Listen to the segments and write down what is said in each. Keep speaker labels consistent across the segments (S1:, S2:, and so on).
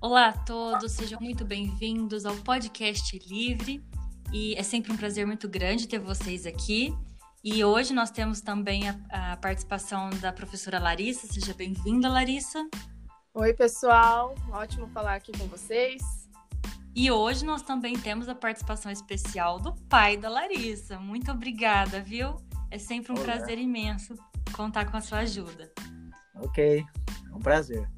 S1: Olá a todos, sejam muito bem-vindos ao podcast Livre e é sempre um prazer muito grande ter vocês aqui. E hoje nós temos também a, a participação da professora Larissa. Seja bem-vinda, Larissa.
S2: Oi, pessoal, ótimo falar aqui com vocês.
S1: E hoje nós também temos a participação especial do pai da Larissa. Muito obrigada, viu? É sempre um
S3: Olá.
S1: prazer imenso contar com a sua ajuda.
S3: Ok, é um prazer.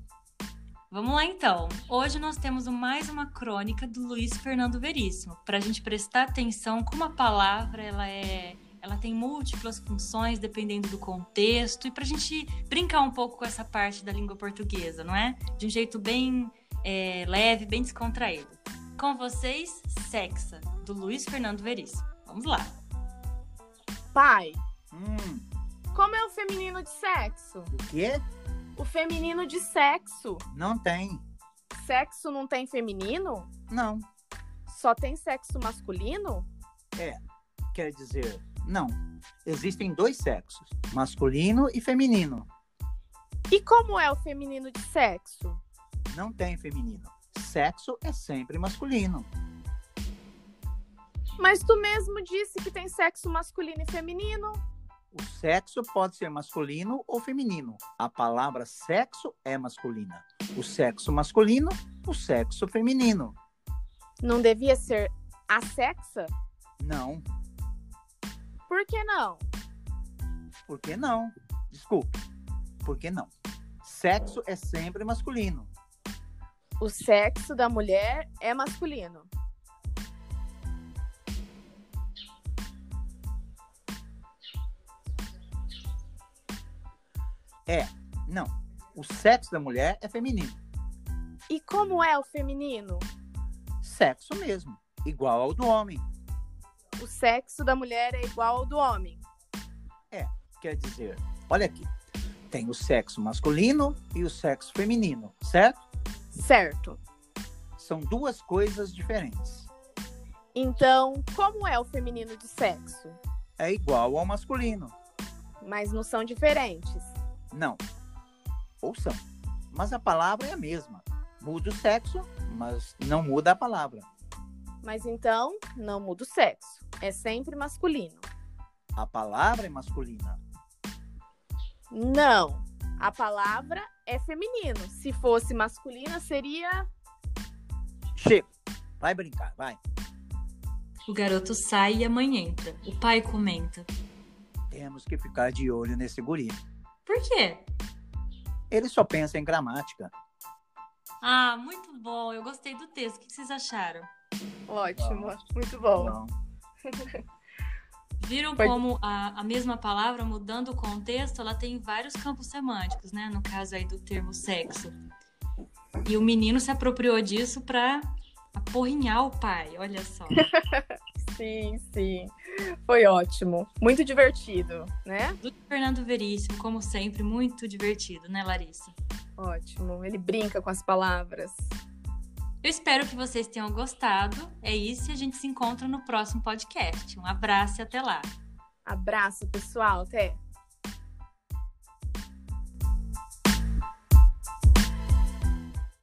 S1: Vamos lá então. Hoje nós temos mais uma crônica do Luiz Fernando Veríssimo, para a gente prestar atenção como a palavra ela é, ela tem múltiplas funções dependendo do contexto e para a gente brincar um pouco com essa parte da língua portuguesa, não é? De um jeito bem é, leve, bem descontraído. Com vocês, Sexa do Luiz Fernando Veríssimo. Vamos lá.
S2: Pai,
S3: Hum,
S2: como é o feminino de sexo?
S3: o quê?
S2: O feminino de sexo.
S3: Não tem.
S2: Sexo não tem feminino?
S3: Não,
S2: Só tem sexo masculino?
S3: quer dizer, não. Existem dois sexos, masculino e feminino.
S2: E como é o feminino de sexo?
S3: Não tem feminino. Sexo é sempre masculino.
S2: Mas tu mesmo disse que tem sexo masculino e feminino.
S3: O sexo pode ser masculino ou feminino. A palavra sexo é masculina. O sexo masculino, o sexo feminino.
S2: Não devia ser assexa?
S3: Não,
S2: Por que não?
S3: por que não? Desculpe, por que não? Sexo é sempre masculino.
S2: O sexo da mulher é masculino.
S3: Não. O sexo da mulher é feminino.
S2: E como é o feminino?
S3: Sexo mesmo. Igual ao do homem.
S2: O sexo da mulher é igual ao do homem.
S3: Quer dizer, olha aqui. Tem o sexo masculino e o sexo feminino, certo?
S2: Certo.
S3: São duas coisas diferentes.
S2: Então, como é o feminino de sexo?
S3: É igual ao masculino.
S2: Mas não são diferentes.
S3: Não. Ou são. Mas a palavra é a mesma. Muda o sexo, mas não muda a palavra.
S2: Mas então, não muda o sexo. É sempre masculino.
S3: A palavra é masculina.
S2: Não. A palavra é feminino. Se fosse masculina, seria.
S3: Chico, vai brincar, vai.
S1: O garoto sai e a mãe entra. O pai comenta:
S3: Temos que ficar de olho nesse guri.
S1: Por quê?
S3: Ele só pensa em gramática.
S1: Ah, muito bom. Eu gostei do texto. O que vocês acharam?
S2: Ótimo. Muito bom.
S3: Não.
S1: Viram
S2: Pode-
S1: como a, a mesma palavra, mudando o contexto, ela tem vários campos semânticos, né? No caso aí do termo sexo. E o menino se apropriou disso pra aporrinhar o pai, olha só.
S2: Sim, sim. Foi ótimo. Muito divertido, né?
S1: Do Fernando Veríssimo, como sempre, muito divertido, né, Larissa?
S2: Ótimo. Ele brinca com as palavras.
S1: Eu espero que vocês tenham gostado. É isso e a gente se encontra no próximo podcast. Um abraço e até lá.
S2: Abraço, pessoal. Até.